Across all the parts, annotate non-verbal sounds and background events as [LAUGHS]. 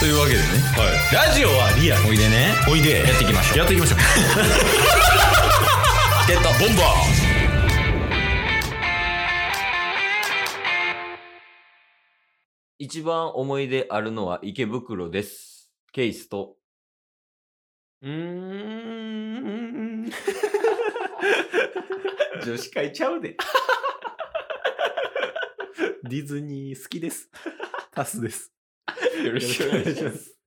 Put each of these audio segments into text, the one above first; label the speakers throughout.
Speaker 1: というわけでね
Speaker 2: はい。ラジオはリアル。
Speaker 1: おいでね
Speaker 2: おいで。
Speaker 1: やっていきましょう
Speaker 2: やっていきましょう。
Speaker 1: ゲットボンバ
Speaker 3: 一番思い出あるのは池袋です。ケイスと。
Speaker 2: うーん。
Speaker 3: 女子会ちゃうで。
Speaker 2: ディズニー好き [LAUGHS] です。タスです。
Speaker 3: よろしくお願いし
Speaker 2: よ
Speaker 3: ま
Speaker 2: ろ
Speaker 3: す。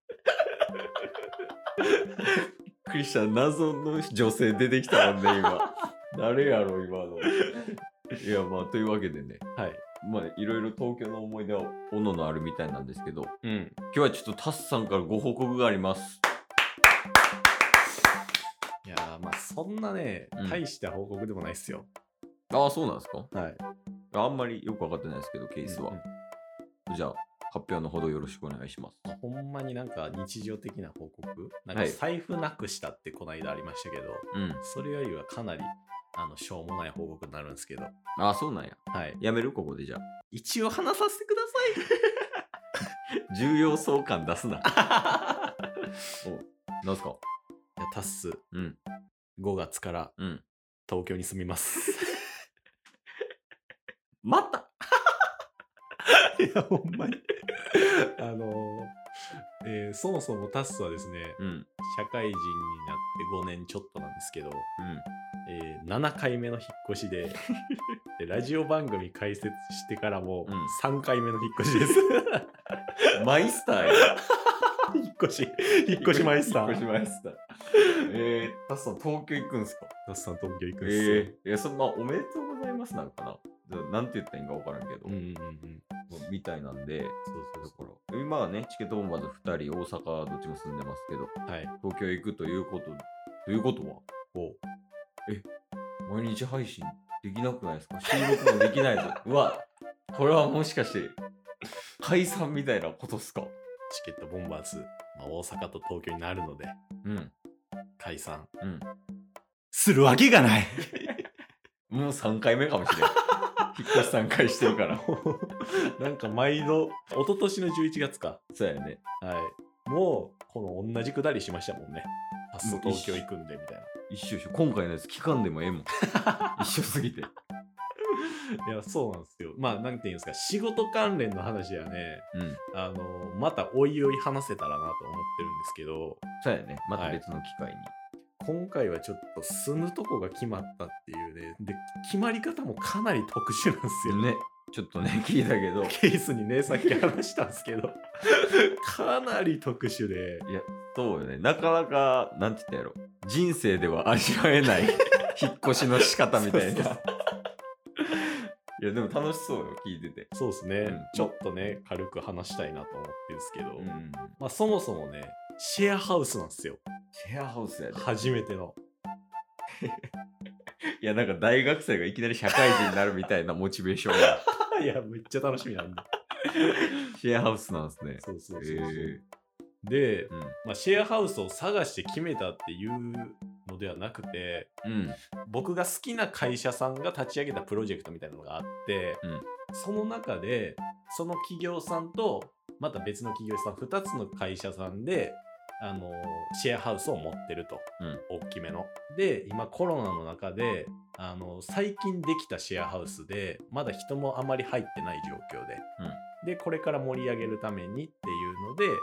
Speaker 3: クリスチャン、謎の女性出てきたもんね、今。誰やろ、今の。いや、まあ、というわけでね、
Speaker 2: はい。
Speaker 3: まあ、いろいろ東京の思い出は、おののあるみたいなんですけど、
Speaker 2: うん。
Speaker 3: 今日はちょっとタスさんからご報告があります。
Speaker 2: いやーまあそんなね、
Speaker 3: うん
Speaker 2: 大した報告でもないっすよ。
Speaker 3: ああ、そうなんですか
Speaker 2: はい。
Speaker 3: あんまりよくわかってないですけど、ケイスは。じゃあ、発表のほどよろしくお願いします。
Speaker 2: ほんまになんか日常的な報告なんか
Speaker 3: はい
Speaker 2: 財布なくしたってこの間ありましたけど、
Speaker 3: うん。
Speaker 2: それよりはかなりあのしょうもない報告になるんですけど、
Speaker 3: ああ、そうなんや。
Speaker 2: はい。
Speaker 3: やめるここでじゃあ。
Speaker 2: 一応話させてくだ
Speaker 3: 重要相関出す [LAUGHS] な。おなんす
Speaker 2: さ
Speaker 3: か
Speaker 2: い。いやタッス、
Speaker 3: うん。
Speaker 2: 5月から
Speaker 3: うん。
Speaker 2: 東京に住みます。
Speaker 3: また
Speaker 2: [LAUGHS] いや、ほんまに。あのーえーそもそもタッスはですね、
Speaker 3: うん。うん。
Speaker 2: 社会人になって5年ちょっとなんですけど、えー7回目の引っ越しで [LAUGHS] でラジオ番組開設してからも
Speaker 3: うん
Speaker 2: 3回目の引っ越し [LAUGHS] です
Speaker 3: マイスターや。
Speaker 2: 引っ越し引っ越しマイスタ
Speaker 3: 引っ越し
Speaker 2: ー
Speaker 3: マイスター。えー、タスさん東京行くんすか
Speaker 2: 那須さん東京行くんすよ、
Speaker 3: ええー、いや、そんな、おめでとうございますなんかな。ななんて言ったらいいんか分からんけど、
Speaker 2: うんうんうんうん
Speaker 3: みたいなんで、
Speaker 2: そう
Speaker 3: だ
Speaker 2: そうそ
Speaker 3: から、今はね、チケットボンバーズ2人、大阪どっちも住んでますけど、
Speaker 2: うはい
Speaker 3: 東京行くということ、ということは、
Speaker 2: こ
Speaker 3: 毎日配信できなくないですか収録もできないぞ。
Speaker 2: [LAUGHS]
Speaker 3: うわ、これはもしかして、解散みたいなことっすか
Speaker 2: うチケットボンバーズ、まあ、大阪と東京になるので
Speaker 3: うん。
Speaker 2: 解散、
Speaker 3: うん
Speaker 2: するわけがない
Speaker 3: もう3回目
Speaker 2: [LAUGHS]
Speaker 3: かもしれん。引っ越し3回してるから。
Speaker 2: なんか毎度一昨年の11月か
Speaker 3: そうやね。
Speaker 2: はいもうこの同じくだりしましたもんね那須
Speaker 3: もう一緒
Speaker 2: 東京行くんでみたいな
Speaker 3: 一緒一緒。今回のやつ、期間でもえ
Speaker 2: [LAUGHS]
Speaker 3: えもん。一緒すぎて。
Speaker 2: いや、そうなんですよ。まあ、なんていうんですか、仕事関連の話はね、
Speaker 3: うん。
Speaker 2: あのまたおいおい話せたらなと思ってるんですけど、
Speaker 3: そうやね。また別の機会に。
Speaker 2: 今回はちょっと住むとこが決まったっていうね、で、決まり方もかなり特殊なんですよ。
Speaker 3: ね。ちょっとね、聞いたけど、
Speaker 2: ケースにね、さっき話したんですけど、かなり特殊で、
Speaker 3: そうよね。なかなか、なんて言ったやろ。人生では味わえない
Speaker 2: [LAUGHS]
Speaker 3: 引っ越しの仕方みたいな。
Speaker 2: そうそう
Speaker 3: いや、でも楽しそうよ、聞いてて。
Speaker 2: そうですね、
Speaker 3: うん
Speaker 2: ちょっとね、軽く話したいなと思ってるんですけど、
Speaker 3: うん、
Speaker 2: まあ、そもそもね、シェアハウスなんですよ。
Speaker 3: シェアハウスやで。
Speaker 2: 初めての。
Speaker 3: いや、なんか大学生がいきなり社会人になるみたいなモチベーショ
Speaker 2: [LAUGHS]
Speaker 3: ンが。
Speaker 2: [LAUGHS] いや、めっちゃ楽しみなんだ。
Speaker 3: シェアハウスなんですね。
Speaker 2: そうそうそうそう。
Speaker 3: え
Speaker 2: で、
Speaker 3: ー、
Speaker 2: まあ、シェアハウスを探して決めたっていうのではなくて
Speaker 3: うん。うん。
Speaker 2: 僕が好きな会社さんが立ち上げたプロジェクトみたいなのがあって、
Speaker 3: うん
Speaker 2: その中でその企業さんとまた別の企業さん2つの会社さんで、あのシェアハウスを持ってると、大きめの。で今コロナの中で、あの最近できたシェアハウスでまだ人もあまり入ってない状況で、でこれから盛り上げるためにっていうので、えー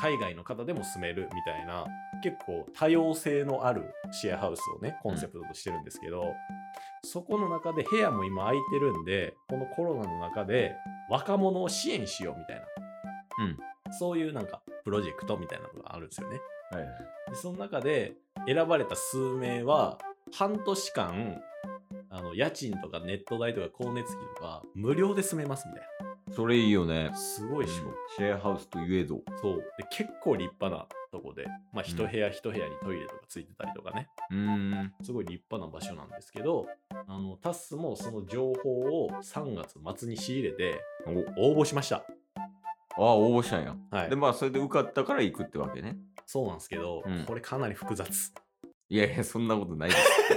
Speaker 2: 海外の方でも住めるみたいな結構多様性のあるシェアハウスをねコンセプトとしてるんですけど、そこの中で部屋も今空いてるんでこのコロナの中で若者を支援しようみたいな、そういうなんかプロジェクトみたいなのがあるんですよね。
Speaker 3: はい。
Speaker 2: でその中で選ばれた数名は半年間あの家賃とかネット代とか光熱費とか無料で住めますみたい
Speaker 3: それいいよね
Speaker 2: な。すごいでしょ、
Speaker 3: シェアハウスといえど。
Speaker 2: そうで結構立派なとこで、まあ、一部屋一部屋にトイレとかついてたりとかね、
Speaker 3: うーん。
Speaker 2: すごい立派な場所なんですけどあのタスもその情報を3月末に仕入れて応募しました、
Speaker 3: ああ、応募したんや。
Speaker 2: はい
Speaker 3: で、、まあ、それで受かったから行くってわけね。
Speaker 2: そうなんですけど、
Speaker 3: うん
Speaker 2: これかなり複雑
Speaker 3: いやいや、そんなことないです。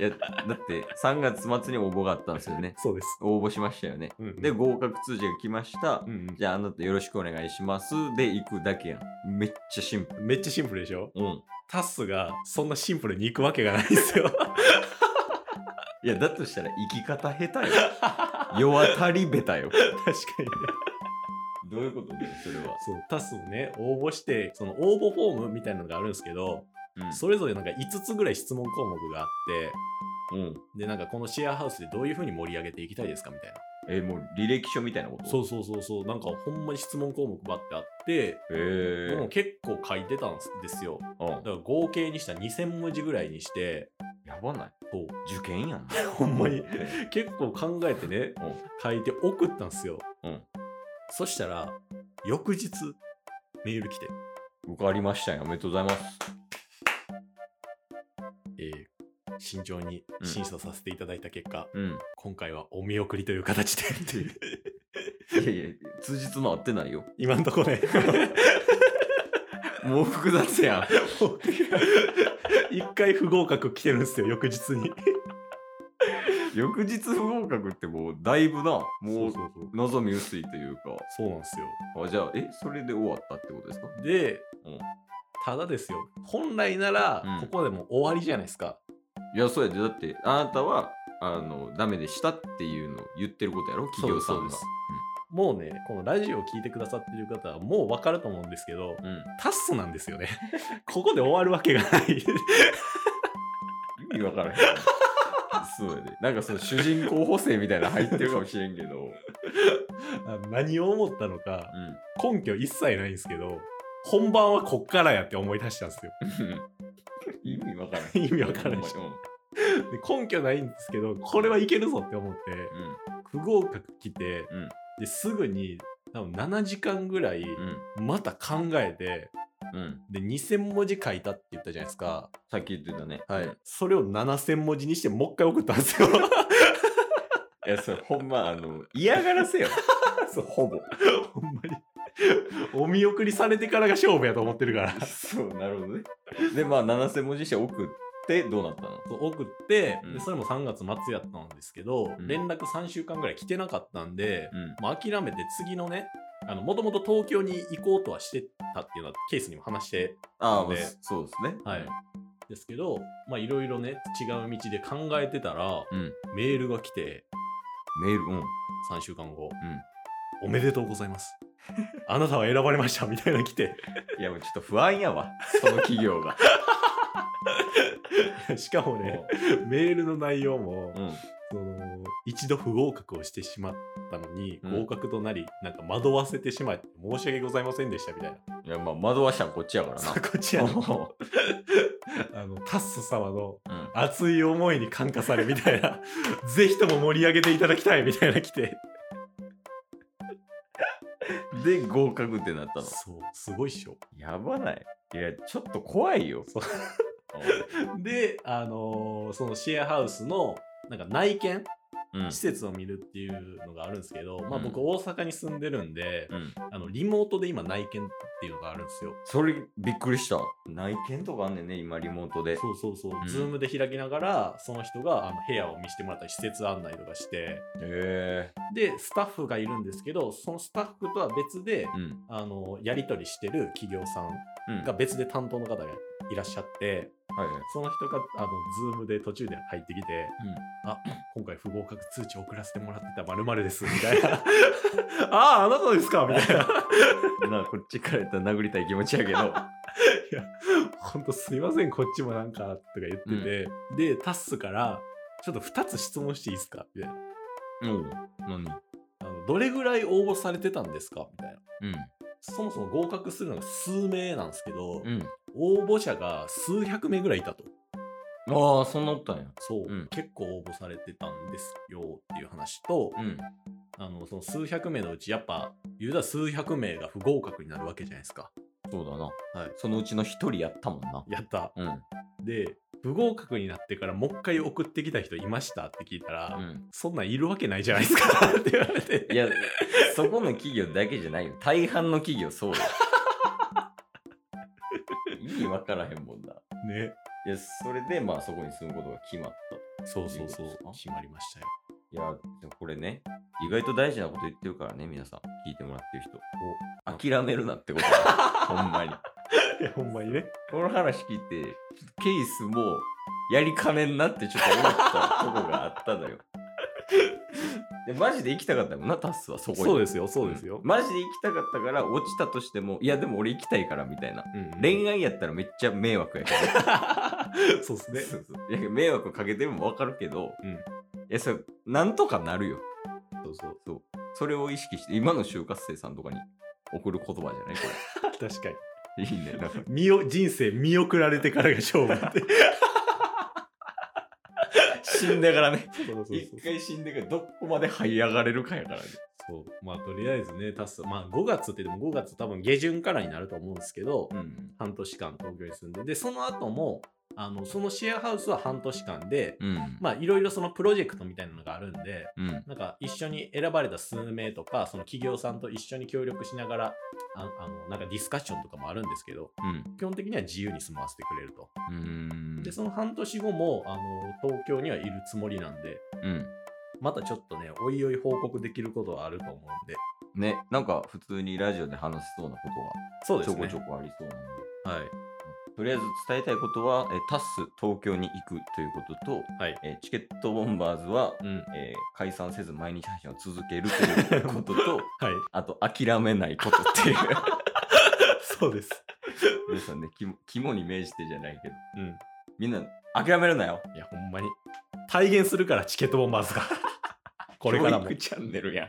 Speaker 3: いや、だって3月末に応募があったんですよね。
Speaker 2: [LAUGHS] そうです。
Speaker 3: 応募しましたよね。
Speaker 2: うん
Speaker 3: で、合格通知が来ました
Speaker 2: う。ん
Speaker 3: じゃあ、あなたよろしくお願いします。で、行くだけやん。めっちゃシンプル。
Speaker 2: うん、めっちゃシンプルでしょ
Speaker 3: うん。
Speaker 2: タスがそんなシンプルに行くわけがないです [LAUGHS] よ。
Speaker 3: いや、だとしたら生き方下手よ。世当たり下手よ。
Speaker 2: 確かにね。
Speaker 3: どういうことだよ、それは。
Speaker 2: そう、タスをね、応募して、その応募フォームみたいなのがあるんですけど、
Speaker 3: うん
Speaker 2: それぞれなんか5つぐらい質問項目があって、
Speaker 3: うん。
Speaker 2: で、なんかこのシェアハウスでどういう風に盛り上げていきたいですかみたいな。
Speaker 3: え、もう履歴書みたいなこと。
Speaker 2: そううそうそうそう、なんかほんまに質問項目ばってあって、
Speaker 3: へえ
Speaker 2: もう結構書いてたんですよ。
Speaker 3: うん
Speaker 2: だから合計にしたら2000文字ぐらいにして、
Speaker 3: やばない
Speaker 2: そう
Speaker 3: 受験やん。
Speaker 2: [LAUGHS] ほんまに
Speaker 3: うん
Speaker 2: 結構考えてね、書いて送ったんですよ。
Speaker 3: うん
Speaker 2: そしたら、翌日、メール来て、
Speaker 3: 受かりましたよ。おめでとうございます。
Speaker 2: えー慎重に審査させていただいた結果、
Speaker 3: うん。
Speaker 2: 今回はお見送りという形
Speaker 3: [LAUGHS]
Speaker 2: でっていう
Speaker 3: いやいや、通じつま合ってないよ。
Speaker 2: 今んとこね [LAUGHS]
Speaker 3: もう複雑やん。
Speaker 2: もう一回不合格来てるんですよ翌日に
Speaker 3: 翌日不合格ってもうだいぶなも
Speaker 2: そう
Speaker 3: う
Speaker 2: そうそう
Speaker 3: 望み薄いというか
Speaker 2: そうなんですよ
Speaker 3: あじゃあえそれで終わったってことですか
Speaker 2: で、
Speaker 3: うん
Speaker 2: ただですよ本来なら
Speaker 3: うん
Speaker 2: ここでもう終わりじゃないですか、
Speaker 3: いやそうやでだってあなたはあのダメでしたっていうのを言ってることやろ企業さんが
Speaker 2: そうもうねこのラジオを聞いてくださってる方はもう分かると思うんですけど
Speaker 3: うん
Speaker 2: タッソなんですよね [LAUGHS] ここで終わるわけがない [LAUGHS]
Speaker 3: 意味わからへんそうやでなんかその主人公補正みたいなの入ってるかもしれんけど、う
Speaker 2: あ何を思ったのか
Speaker 3: ん、
Speaker 2: 根拠一切ないんですけど本番はこっからやって思い出したんですよ
Speaker 3: [LAUGHS] 意味わからへん
Speaker 2: 意味わからんでし
Speaker 3: ょ、
Speaker 2: で根拠ないんですけどこれはいけるぞって思って不
Speaker 3: う
Speaker 2: 合格来て、
Speaker 3: うん
Speaker 2: ですぐに多分7時間ぐらい
Speaker 3: んうん
Speaker 2: また考えて
Speaker 3: うんうん
Speaker 2: で2000文字書いたって言ったじゃないですか、
Speaker 3: さっき言ってたね
Speaker 2: それを7000文字にしてもう一回送ったんですよ
Speaker 3: いやそれほんまあの [LAUGHS] 嫌がらせ
Speaker 2: [LAUGHS]
Speaker 3: よほぼ
Speaker 2: ほんまにお見送りされてからが勝負やと思ってるから
Speaker 3: そう、なるほどね。で、まあ、7000文字して送って、どうなったの
Speaker 2: そう送って、
Speaker 3: うん
Speaker 2: でそれも3月末やったんですけど、
Speaker 3: うん
Speaker 2: 連絡3週間ぐらい来てなかったんで、
Speaker 3: うん。
Speaker 2: まあ、諦めて次のねもともと東京に行こうとはしてたっていうのはケースにも話して
Speaker 3: ああ、
Speaker 2: で
Speaker 3: まあそうですね。
Speaker 2: はいですけどまあいろいろね違う道で考えてたら
Speaker 3: うん。
Speaker 2: メールが来て
Speaker 3: メール、うん。
Speaker 2: 3週間後「おめでとうございます」「あなたは選ばれました」みたいなの来
Speaker 3: [LAUGHS]
Speaker 2: て
Speaker 3: いや、もうちょっと不安や [LAUGHS] わ。その企業が。
Speaker 2: しかもねメールの内容も、
Speaker 3: うん。
Speaker 2: その一度不合格をしてしまったのに、
Speaker 3: うん
Speaker 2: 合格となりなんか惑わせてしまい申し訳ございませんでしたみたいな
Speaker 3: いや、まあ、惑わしたんこっちやからな
Speaker 2: そ。こちらの
Speaker 3: う
Speaker 2: [LAUGHS] あのタッス様の
Speaker 3: ん。
Speaker 2: 熱い思いに感化されみたい
Speaker 3: [LAUGHS]
Speaker 2: なぜひとも盛り上げていただきたいみたいな来て
Speaker 3: で、合格ってなったの。
Speaker 2: そうすごいっしょ
Speaker 3: やばない。いや、ちょっと怖いよ。
Speaker 2: そう
Speaker 3: う
Speaker 2: で、あのーそのシェアハウスのなんか内見
Speaker 3: ん。うん
Speaker 2: 施設を見るっていうのがあるんですけど、まあ
Speaker 3: うん
Speaker 2: 僕大阪に住んでるんで、
Speaker 3: うん、
Speaker 2: あのリモートで今内見っていうのがあるんですよ。
Speaker 3: それびっくりした内見とかあんねんね今リモートで
Speaker 2: そうそうそう、
Speaker 3: ん
Speaker 2: ズームで開きながらその人があの部屋を見せてもらったり施設案内とかして
Speaker 3: へえ
Speaker 2: でスタッフがいるんですけどそのスタッフとは別で、
Speaker 3: うん
Speaker 2: あのやり取りしてる企業さん
Speaker 3: うん
Speaker 2: が別で担当の方がいらっしゃって
Speaker 3: はいはい
Speaker 2: その人があのズームで途中で入ってきて今回不合格通知送らせてもらってたまるですみたいな [LAUGHS] あああなたですかみたいな
Speaker 3: うん、なこっちからやったら殴りたい気持ちやけど
Speaker 2: ほんとすいませんこっちもなんかとか言ってて、でタッスからちょっと2つ質問していいですかみたいな
Speaker 3: [LAUGHS] うん何
Speaker 2: あのどれぐらい応募されてたんですかみたいな
Speaker 3: うん
Speaker 2: そもそも合格するのが数名なんですけど、
Speaker 3: うん
Speaker 2: 応募者が数百名ぐらいいたと
Speaker 3: ああ、そんなおったんや。
Speaker 2: そう、
Speaker 3: うん
Speaker 2: 結構応募されてたんですよっていう話と、
Speaker 3: うん。
Speaker 2: あのその数百名のうちやっぱ言うたら数百名が不合格になるわけじゃないですか
Speaker 3: そうだな。
Speaker 2: はい
Speaker 3: そのうちの一人やったもんな。
Speaker 2: やった
Speaker 3: うん。
Speaker 2: で不合格になってからもう一回送ってきた人いましたって聞いたら、
Speaker 3: う
Speaker 2: そんなんいるわけないじゃないです [LAUGHS] かって言われて
Speaker 3: ん。いや、そこの企業だけじゃないよ。大半の企業 [LAUGHS] そうだよ。意味わからへんもんな。
Speaker 2: ね
Speaker 3: いや、それでまあそこに住むことが決まっ
Speaker 2: そうそうそ
Speaker 3: ということ
Speaker 2: う。
Speaker 3: です
Speaker 2: 決まりましたよ。
Speaker 3: いや、でもこれね、意外と大事なこと言ってるからね、皆さん、聞いてもらってる人。諦めるなってこと [LAUGHS] だほんまに。
Speaker 2: いや、ほんまにね。
Speaker 3: この話聞いて、ちょっとケースもやりかねんなってちょっと思ったとこがあったのよ。 [LAUGHS] でマジで行きたかったもんな、タスはそこに。
Speaker 2: そうですよ、そうですよ
Speaker 3: ん。マジで行きたかったから、落ちたとしても、いや、でも俺行きたいからみたいな。
Speaker 2: うんうん [LAUGHS]
Speaker 3: 恋愛やったらめっちゃ迷惑やけど。
Speaker 2: そうっすね。
Speaker 3: そうそう [LAUGHS] いや迷惑かけてるのもわかるけど、
Speaker 2: うん
Speaker 3: いやそれなんとかなるよ
Speaker 2: そうそう。
Speaker 3: そうそれを意識して今の就活生さんとかに送る言葉じゃないこ
Speaker 2: 確かに。
Speaker 3: れ [LAUGHS] いいねなんか
Speaker 2: 見よ人生見送られてからが勝負 [LAUGHS] って。
Speaker 3: 死んでからね
Speaker 2: そうそう
Speaker 3: 一回死んでからどこまで這い上がれるかやからね
Speaker 2: そう。まあ、とりあえずね、タス、まあ、5月って言っても5月多分下旬からになると思うんですけど、
Speaker 3: うん
Speaker 2: 半年間東京に住んで、で、その後も、あの、そのシェアハウスは半年間で、
Speaker 3: うん
Speaker 2: まあ、いろいろそのプロジェクトみたいなのがあるんで、
Speaker 3: うん
Speaker 2: なんか一緒に選ばれた数名とか、その企業さんと一緒に協力しながら、ああの、なんかディスカッションとかもあるんですけど、
Speaker 3: うん
Speaker 2: 基本的には自由に住まわせてくれると。
Speaker 3: うん
Speaker 2: で、その半年後も、あの、東京にはいるつもりなんで、
Speaker 3: うん
Speaker 2: またちょっとね、おいおい報告できることはあると思うんで。
Speaker 3: ねなんか普通にラジオで話せそうなこ
Speaker 2: そう
Speaker 3: と
Speaker 2: で
Speaker 3: がち
Speaker 2: す
Speaker 3: ょこ
Speaker 2: ね。
Speaker 3: ちょこありそうなん
Speaker 2: は
Speaker 3: で、
Speaker 2: い。
Speaker 3: とりあえず伝えたいことはえタス東京に行くということと
Speaker 2: はい。
Speaker 3: えチケットボンバーズは
Speaker 2: うん。
Speaker 3: えー解散せず毎日配信を続けるというこ
Speaker 2: [LAUGHS]
Speaker 3: とと
Speaker 2: はい。
Speaker 3: あと諦めないことっていう
Speaker 2: そうです。
Speaker 3: 皆さんね肝肝に銘じてじゃないけど
Speaker 2: うん。
Speaker 3: みんな諦めるなよ
Speaker 2: いや、ほんまに。体現するから、チケットボンバ
Speaker 3: [LAUGHS]
Speaker 2: ーズが。これからも
Speaker 3: 教。育チャンネルやん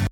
Speaker 2: す